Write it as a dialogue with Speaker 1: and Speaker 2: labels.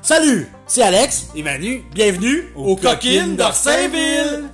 Speaker 1: Salut, c'est Alex et Manu. Bienvenue
Speaker 2: Aux Coquines d'Orsainville.